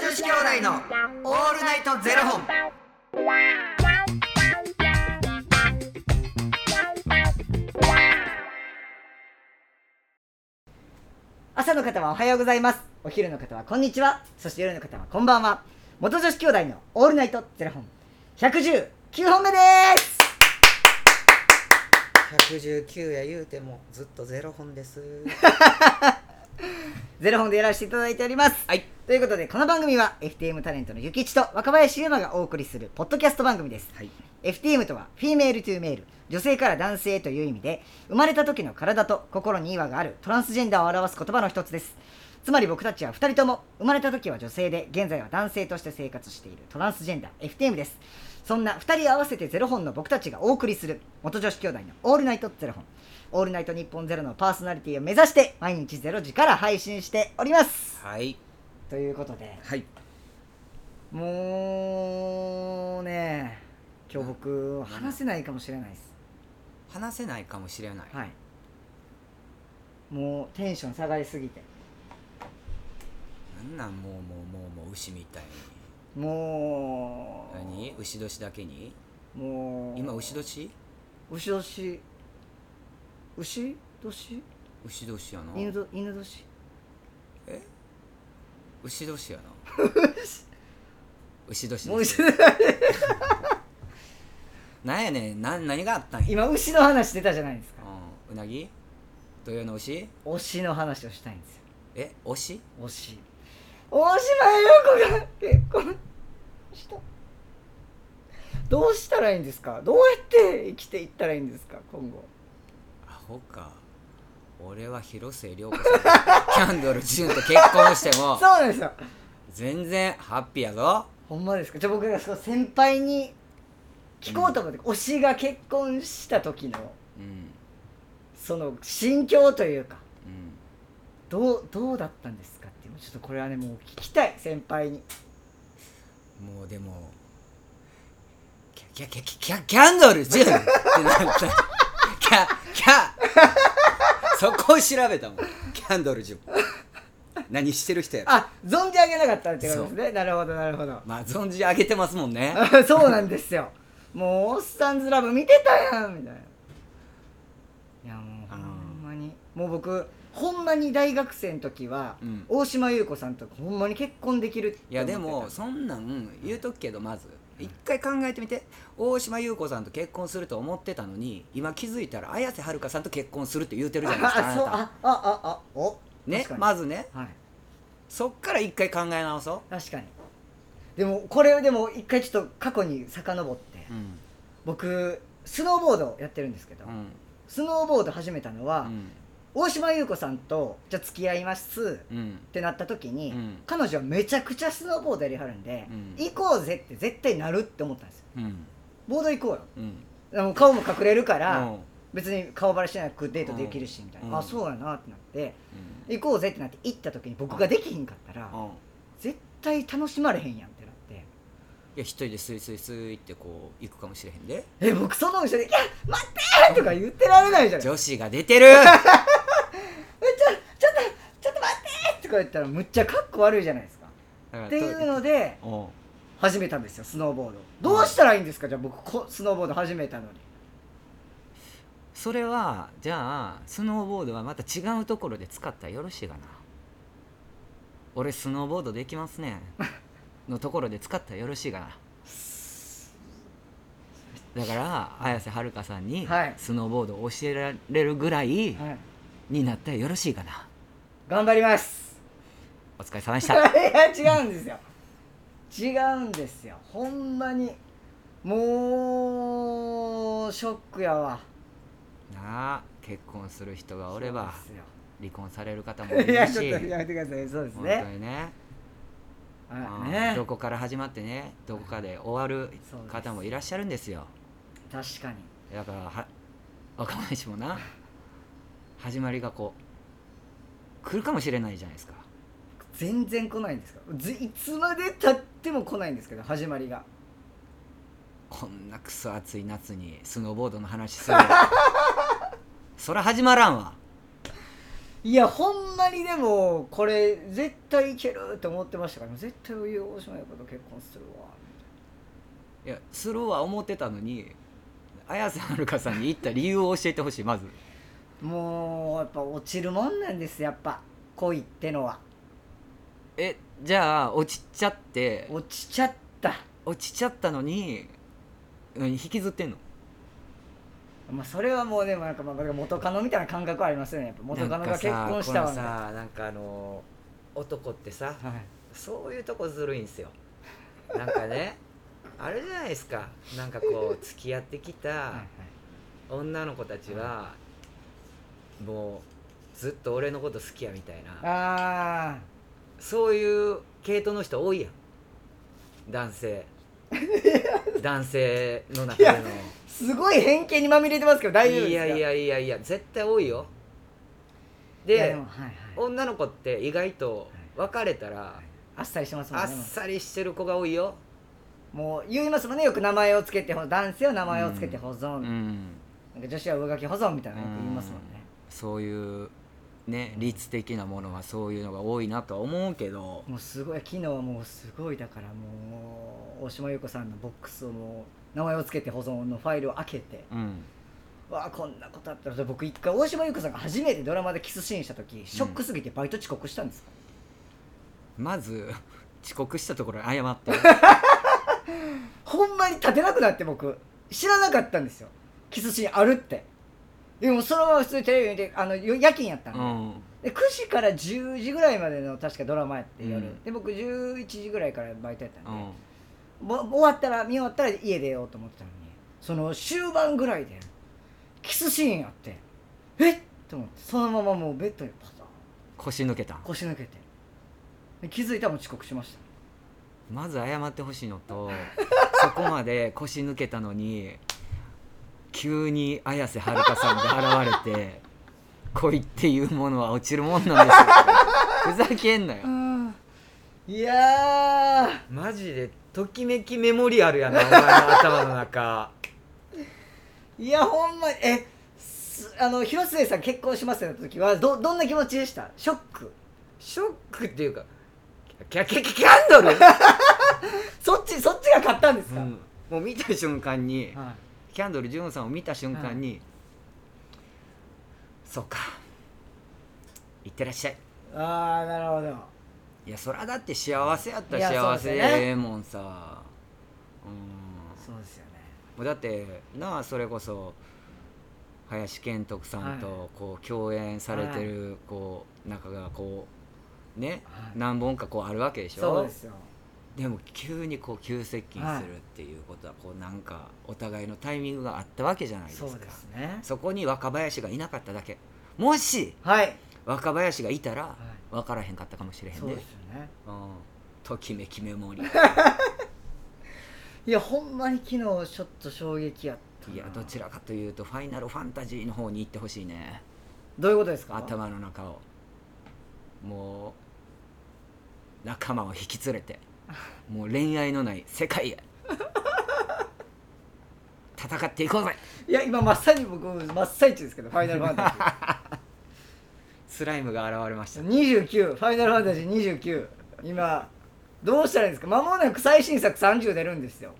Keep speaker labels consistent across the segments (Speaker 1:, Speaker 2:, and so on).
Speaker 1: 子兄弟のオールナイトゼロ本。
Speaker 2: 朝の方はおはようございますお昼の方はこんにちはそして夜の方はこんばんは元女子兄弟のオールナイトゼロ本119本目です
Speaker 1: 119や言うてもずっとゼロ本です。
Speaker 2: ゼロ本でやらせていただいております
Speaker 1: はい。
Speaker 2: ということでこの番組は FTM タレントのゆきちと若林優馬がお送りするポッドキャスト番組です
Speaker 1: はい。
Speaker 2: FTM とはフィメールトゥーメール女性から男性へという意味で生まれた時の体と心に違和があるトランスジェンダーを表す言葉の一つですつまり僕たちは2人とも生まれた時は女性で現在は男性として生活しているトランスジェンダー FTM ですそんな2人合わせてゼロ本の僕たちがお送りする元女子兄弟の「オールナイトゼロ本」「オールナイト日本ゼロのパーソナリティを目指して毎日0時から配信しております
Speaker 1: はい。
Speaker 2: ということで
Speaker 1: はい。
Speaker 2: もうね今日僕話せないかもしれないです
Speaker 1: 話せないかもしれない。
Speaker 2: はいもうテンション下がりすぎて
Speaker 1: なんなんもうもうもうもう牛みたい
Speaker 2: もう
Speaker 1: に。何牛年だけに
Speaker 2: もう
Speaker 1: 今牛年
Speaker 2: 牛年牛年
Speaker 1: 牛年や
Speaker 2: 犬
Speaker 1: な。
Speaker 2: ど犬年
Speaker 1: 牛 年やな。牛年
Speaker 2: もう
Speaker 1: で
Speaker 2: 牛
Speaker 1: す。なんやねん。な何があったんや。
Speaker 2: 今牛の話出たじゃないですか
Speaker 1: うん。うなぎ土曜の牛
Speaker 2: 推しの話をしたいんですよ
Speaker 1: え推し
Speaker 2: 推し大島優子が結婚したどうしたらいいんですかどうやって生きていったらいいんですか今後
Speaker 1: アホか俺は広末涼子 さんキャンドル・ジュンと結婚して
Speaker 2: そ
Speaker 1: も
Speaker 2: うなんですよ
Speaker 1: 全然ハッピーやぞ
Speaker 2: ほんまですかじゃあ僕がその先輩に聞こうと思って、推しが結婚した時の
Speaker 1: うん
Speaker 2: その心境というか
Speaker 1: うん
Speaker 2: どうどうだったんですかっていうのちょっとこれはねもう聞きたい先輩に
Speaker 1: もうでもキャキャキャキャキャンドル・ジュンってなったキャキャそこを調べたもんキャンドル・ジュン何してる人やろ
Speaker 2: あ存じ上げなかったってことですねなるほどなるほ ど
Speaker 1: まあ存じ上げてますもんね
Speaker 2: あそうなんですよもう「おっさんずラブ」見てたやんみたいないやもう
Speaker 1: あ
Speaker 2: ほ
Speaker 1: のー
Speaker 2: んまにもう僕ほんまに大学生の時は、
Speaker 1: うん
Speaker 2: 大島優子さんとほんまに結婚できるって
Speaker 1: いやで
Speaker 2: 思っ
Speaker 1: も
Speaker 2: て
Speaker 1: そんなん言うとくけどまず一回考えてみて大島優子さんと結婚すると思ってたのに今気づいたら綾瀬はるかさんと結婚するって言うてるじゃないです
Speaker 2: た
Speaker 1: か
Speaker 2: あ
Speaker 1: あ
Speaker 2: そう
Speaker 1: なた
Speaker 2: ああああお
Speaker 1: ね
Speaker 2: 確かに
Speaker 1: まずね
Speaker 2: はい
Speaker 1: そっから一回考え直そ
Speaker 2: 確かにでもこれでも一回ちょっと過去に遡って、
Speaker 1: ううん
Speaker 2: 僕スノーボードやってるんですけど、
Speaker 1: うん
Speaker 2: スノーボード始めたの
Speaker 1: う
Speaker 2: は、
Speaker 1: ん
Speaker 2: 大島優子さんとじゃあ付き合います
Speaker 1: うん
Speaker 2: ってなった時に、
Speaker 1: うん
Speaker 2: 彼女はめちゃくちゃスノーボードやりはるんで、
Speaker 1: うん
Speaker 2: 行こうぜって絶対なるって思ったんですよ
Speaker 1: うん
Speaker 2: ボード行こ
Speaker 1: うん
Speaker 2: うよでも顔も隠れるから、
Speaker 1: うん
Speaker 2: 別に顔バレしなくデートできるしみたいな、
Speaker 1: うん
Speaker 2: あそうやなってなって
Speaker 1: うん
Speaker 2: 行こうぜってなって行った時に僕ができひんかったら、
Speaker 1: うん
Speaker 2: 絶対楽しまれへんやんってなって
Speaker 1: いや一人でスイスイスイってこう行くかもしれへんで
Speaker 2: え僕その後ろで「いや待って!」とか言ってられないじゃん「ちょ
Speaker 1: 女子が出 てる
Speaker 2: ちょっとちょっと待って!」とか言ったらむっちゃかっこ悪いじゃないですかっていうので
Speaker 1: うん
Speaker 2: 始めたんですよスノーボードどうしたらいいんですかじゃあ僕こスノーボード始めたのに
Speaker 1: それはじゃあスノーボードはまた違うところで使ったらよろしいがな俺スノーボードできます ねんのところで使ったらよろしいがなだから綾瀬はるかさんに
Speaker 2: はい
Speaker 1: スノーボードを教えられるぐらい
Speaker 2: はい
Speaker 1: になったらよろしいかな
Speaker 2: 頑張ります
Speaker 1: お疲れ様で し
Speaker 2: い
Speaker 1: た
Speaker 2: や違うんですよ違うんですよほんまにもうショックやわ
Speaker 1: なあ結婚する人がおれば離婚される方も
Speaker 2: そ
Speaker 1: いう
Speaker 2: ですよいやちょ
Speaker 1: るし
Speaker 2: っとやめてくださいそうです
Speaker 1: 本当
Speaker 2: ね
Speaker 1: にね
Speaker 2: あ
Speaker 1: うん
Speaker 2: ね
Speaker 1: どこから始まってねどこかで終わる
Speaker 2: そうです
Speaker 1: 方もいらっしゃるんですよ
Speaker 2: 確かに
Speaker 1: だからは若林もな始まりがこう来るかもしれないじゃないですか
Speaker 2: 全然来ないんですかずいつまでたっても来ないんですけど始まりが
Speaker 1: こんなクソ暑い夏 にスノーボードの話するそら始まらんわ
Speaker 2: いやほんまにでもこれ絶対いけると思ってましたから絶対大島優子と結婚するわ
Speaker 1: いやスローは思ってたのに綾瀬はるかさんに言った理由を教えてほしいまず
Speaker 2: もうやっぱ落ちるもんなんですやっぱ恋ってのは
Speaker 1: えじゃあ落ちちゃって
Speaker 2: 落ちちゃった
Speaker 1: 落ちちゃったのに何引きずってんの
Speaker 2: まあそれはもうでもなんかまあ元カノみたいな感覚はありますよねやっぱ元カノが結婚したわ
Speaker 3: なんかさこの
Speaker 2: ね
Speaker 3: さなんかあの男ってさ
Speaker 2: はい
Speaker 3: そういうとこずるいんですよなんかね あれじゃないですかなんかこう付き合ってきた
Speaker 2: はい
Speaker 3: 女の子たちはもうずっと俺のこと好きやみたいな
Speaker 2: ああ
Speaker 3: そういう系統の人多いやん男 性男性の中での。
Speaker 2: すごい偏見にまみれてますけど大丈夫です
Speaker 3: い
Speaker 2: か
Speaker 3: やいやいやいや絶対多いよ
Speaker 2: いや
Speaker 3: で
Speaker 2: でもはいはい
Speaker 3: 女の子って意外と別れたら
Speaker 2: あっさりしてますもん
Speaker 3: あっ
Speaker 2: ね
Speaker 3: さりしてる子が多いよ
Speaker 2: もう言いますもんねよく名前をつけてほ男性は名前をつけて保存、
Speaker 1: うん
Speaker 2: なんか女子は上書き保存みたいなのよく言いますもんね、
Speaker 1: そういうね律的なものはそういうのが多いなとは思うけど
Speaker 2: もうすごい昨日はもうすごいだからもう大島優子さんのボックスをもう名前をつけて保存のファイルを開けて
Speaker 1: うん
Speaker 2: わあこんなことあったら僕一回大島優子さんが初めてドラマでキスシーンした時ショックすぎてバイト遅刻したんです、
Speaker 1: まず遅刻したところに 謝って
Speaker 2: ほんまに立てなくなって僕知らなかったんですよキスシーンあるってでもそのまま普通にテレビ見てあのよ夜勤やったんで,、
Speaker 1: うん
Speaker 2: で9時から10時ぐらいまでの確かドラマやって夜、
Speaker 1: うん
Speaker 2: で僕11時ぐらいからバイトやったんで、
Speaker 1: うん
Speaker 2: も終わったら見終わったら家出ようと思ってたのにその終盤ぐらいでキスシーンあってえっと思ってそのままもうベッドにパタン
Speaker 1: 腰抜けた
Speaker 2: 腰抜けてで気づいたらもう遅刻しました
Speaker 1: まず謝ってほしいのとそこまで腰抜けたのに急に綾瀬はるかさんが現れて恋っていうものは落ちるもんなんですよってふざけんなよ
Speaker 2: いやー
Speaker 3: マジでときめきメモリアルやなお前の頭の中
Speaker 2: いやほんまにえすあの広末さん結婚しますってなった時はどどんな気持ちでしたショック
Speaker 3: ショックっていうかキャキャキャキャンドル、
Speaker 2: そっちそっちが買ったんです
Speaker 3: う
Speaker 2: か、
Speaker 3: ん
Speaker 1: もう見た瞬間に
Speaker 2: はい
Speaker 1: キャンドル・ジュンさんを見た瞬間に、そうかいってらっしゃい
Speaker 2: ああなるほど
Speaker 1: いやそらだって幸せやった
Speaker 2: いや
Speaker 1: ら幸
Speaker 2: そう
Speaker 1: せ
Speaker 2: ですよね
Speaker 1: ええもんさうん
Speaker 2: そうですよね
Speaker 1: もうだってなあそれこそ林遣徳さん
Speaker 2: は
Speaker 1: とこう共演されてるこう中がこうね
Speaker 2: はい
Speaker 1: 何本かこうあるわけでしょ
Speaker 2: そうですよ
Speaker 1: でも急にこう急接近するっていうことはこうなんかお互いのタイミングがあったわけじゃないです
Speaker 2: そ
Speaker 1: か
Speaker 2: うですね
Speaker 1: そこに若林がいなかっただけもし
Speaker 2: はい
Speaker 1: 若林がいたら
Speaker 2: い
Speaker 1: 分からへんかったかもしれへんで
Speaker 2: そうですよね
Speaker 1: うんときめきメモリー
Speaker 2: いやほんまに昨日ちょっと衝撃やったない
Speaker 1: やどちらかというと「ファイナルファンタジー」の方に行ってほしいね
Speaker 2: どういうことですか
Speaker 1: 頭の中をもう仲間を引き連れてもう恋愛のない世界へ戦っていこうぜ
Speaker 2: いや今まさに僕真っ最中ですけどファイナルファンタ ジ
Speaker 1: スライムが現れました
Speaker 2: ー29ファイナルファンタジー29今どうしたらいいんですか間もなく最新作30出るんですよ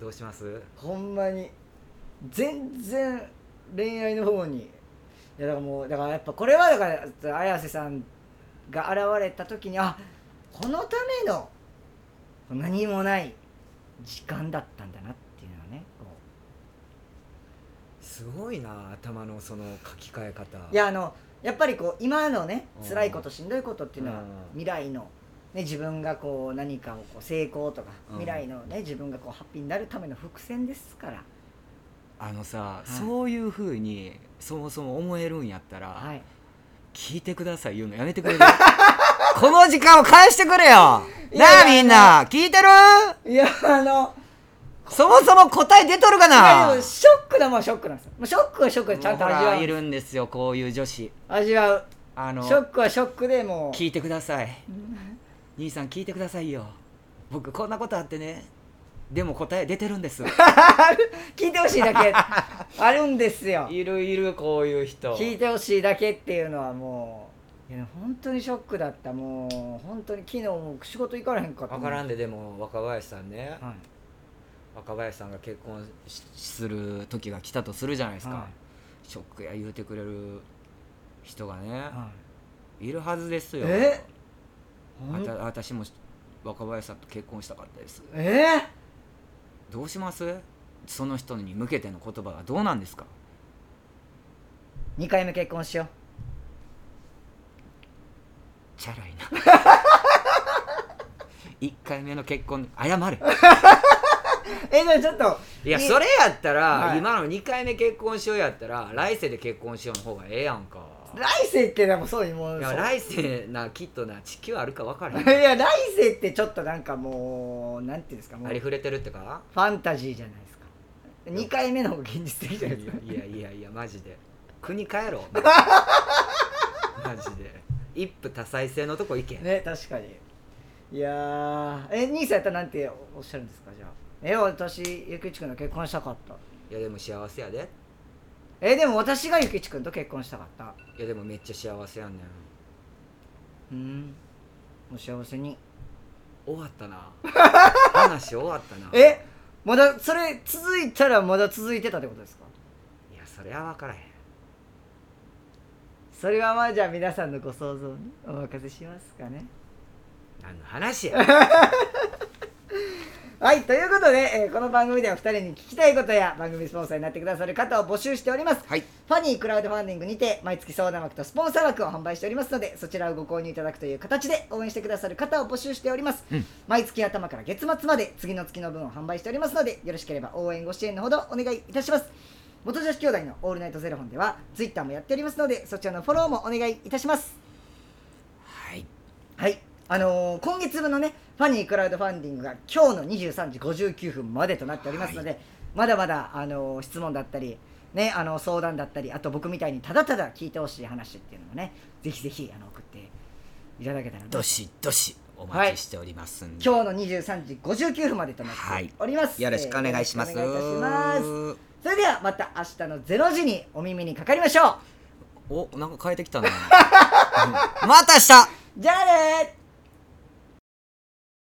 Speaker 3: どうします
Speaker 2: ほんまに全然恋愛の方にいやだからもうだからやっぱこれはだから綾瀬さんが現れた時にあこのための何もない時間だったんだなっていうのはねこう
Speaker 3: すごいな頭のその書き換え方
Speaker 2: いやあのやっぱりこう今のね
Speaker 3: うん
Speaker 2: 辛いことしんどいことっていうのは
Speaker 3: うん
Speaker 2: 未来の、ね、自分がこう何かをこう成功とか
Speaker 1: うん
Speaker 2: 未来のね自分がこうハッピーになるための伏線ですから
Speaker 1: あのさ、
Speaker 2: い
Speaker 1: そういうふうにそもそも思えるんやったら、
Speaker 2: はい
Speaker 1: 聞いてください言うのやめ てくれるこの時間を返してくれよ
Speaker 2: い
Speaker 1: な
Speaker 2: や
Speaker 1: あ
Speaker 2: いや
Speaker 1: みんな聞いてる
Speaker 2: いやあの
Speaker 1: そもそも答え出とるか
Speaker 2: いや
Speaker 1: な
Speaker 2: でもショックなもんはショックなんですよもうショックはショックでちゃんと
Speaker 1: もうほ
Speaker 2: 味
Speaker 1: ら
Speaker 2: わ
Speaker 1: いうるんですよこういう女子
Speaker 2: 味わう
Speaker 1: あの
Speaker 2: ショックはショックでもう
Speaker 1: 聞いてください兄さん聞いてくださいよ僕こんなことあってねでも答え出てるんです
Speaker 2: 聞いてほしいだけ あるんですよ
Speaker 3: いるいるこういう人
Speaker 2: 聞いてほしいだけっていうのはもういや本当にショックだったもう本当に昨日もう仕事行かれへんかった
Speaker 3: 分から
Speaker 2: ん、
Speaker 3: んででも若林さんね
Speaker 2: はい、
Speaker 3: 若林さんが結婚し
Speaker 1: する時が来たとするじゃないですか、
Speaker 2: は
Speaker 1: ショックや言うてくれる人がね、、
Speaker 2: はい
Speaker 1: るはずですよ
Speaker 2: え
Speaker 1: あ
Speaker 2: い
Speaker 1: た私も若林さんと結婚したかったです
Speaker 2: えー
Speaker 1: どうしますその人に向けての言葉がどうなんですか
Speaker 2: 二回目結婚しよ
Speaker 1: チャラいな 一回目の結婚謝れ
Speaker 2: うえでもちょっと
Speaker 3: いやそれやったら、
Speaker 2: はい
Speaker 3: 今の2回目結婚しようやったら来世で結婚しようの方がええやんか
Speaker 2: 来世ってでもそういうもう
Speaker 3: いや
Speaker 2: そう
Speaker 3: 来世なきっとな地球あるか分から
Speaker 2: い
Speaker 3: へん
Speaker 2: や来世ってちょっとなんかもうなんていうんですかもう
Speaker 3: あり
Speaker 2: フ
Speaker 3: ふれてるってか
Speaker 2: ァンタジーじゃないですか二回目の方が現実的
Speaker 3: い
Speaker 2: じゃ
Speaker 3: や
Speaker 2: ないですか
Speaker 3: いやいやいやマジで国帰ろう マジで一夫多妻制のとこ行け、
Speaker 2: ね確かにいやーえ兄さんやったらなんておっしゃるんですかじゃあえ私ゆきちくんと結婚したかった
Speaker 3: いやでも幸せやで
Speaker 2: えでも私がゆきちくんと結婚したかった
Speaker 3: いやでもめっちゃ幸せやんねん
Speaker 2: うんお幸せに
Speaker 3: 終わった な話終わったな
Speaker 2: えまだそれ続いたらまだ続いてたってことですか
Speaker 3: いやそれは分からへん
Speaker 2: それはまあじゃあ皆さんのご想像にお任せしますかね
Speaker 3: 何の話や
Speaker 2: はいということで、えーこの番組では2人に聞きたいことや番組スポンサーになってくださる方を募集しております
Speaker 1: はい
Speaker 2: ファニークラウドファンディングにて毎月相談枠とスポンサー枠を販売しておりますのでそちらをご購入いただくという形で応援してくださる方を募集しております、
Speaker 1: うん
Speaker 2: 毎月頭から月末まで次の月の分を販売しておりますのでよろしければ応援ご支援のほどお願いいたします元女子兄弟のオールナイトゼロ本ではツイッターもやっておりますのでそちらのフォローもお願いいたします
Speaker 1: はい
Speaker 2: はいあのー今月分のねファニークラウドファンディングが今日の23時59分までとなっておりますので、まだまだ、あのー質問だったり、ね、あの相談だったりあと僕みたいにただただ聞いてほしい話っていうのもねぜひぜひあの送っていただけたらと
Speaker 1: どしどしお待ちしておりますんで、
Speaker 2: 今日の23時59分までとなっております、
Speaker 1: よろしくお願いします,、
Speaker 2: えーよろしくお願いいたしますそれではまた明日の0時にお耳にかかりましょう
Speaker 1: おなんか変えてきたな、うんまた明日
Speaker 2: じゃあねー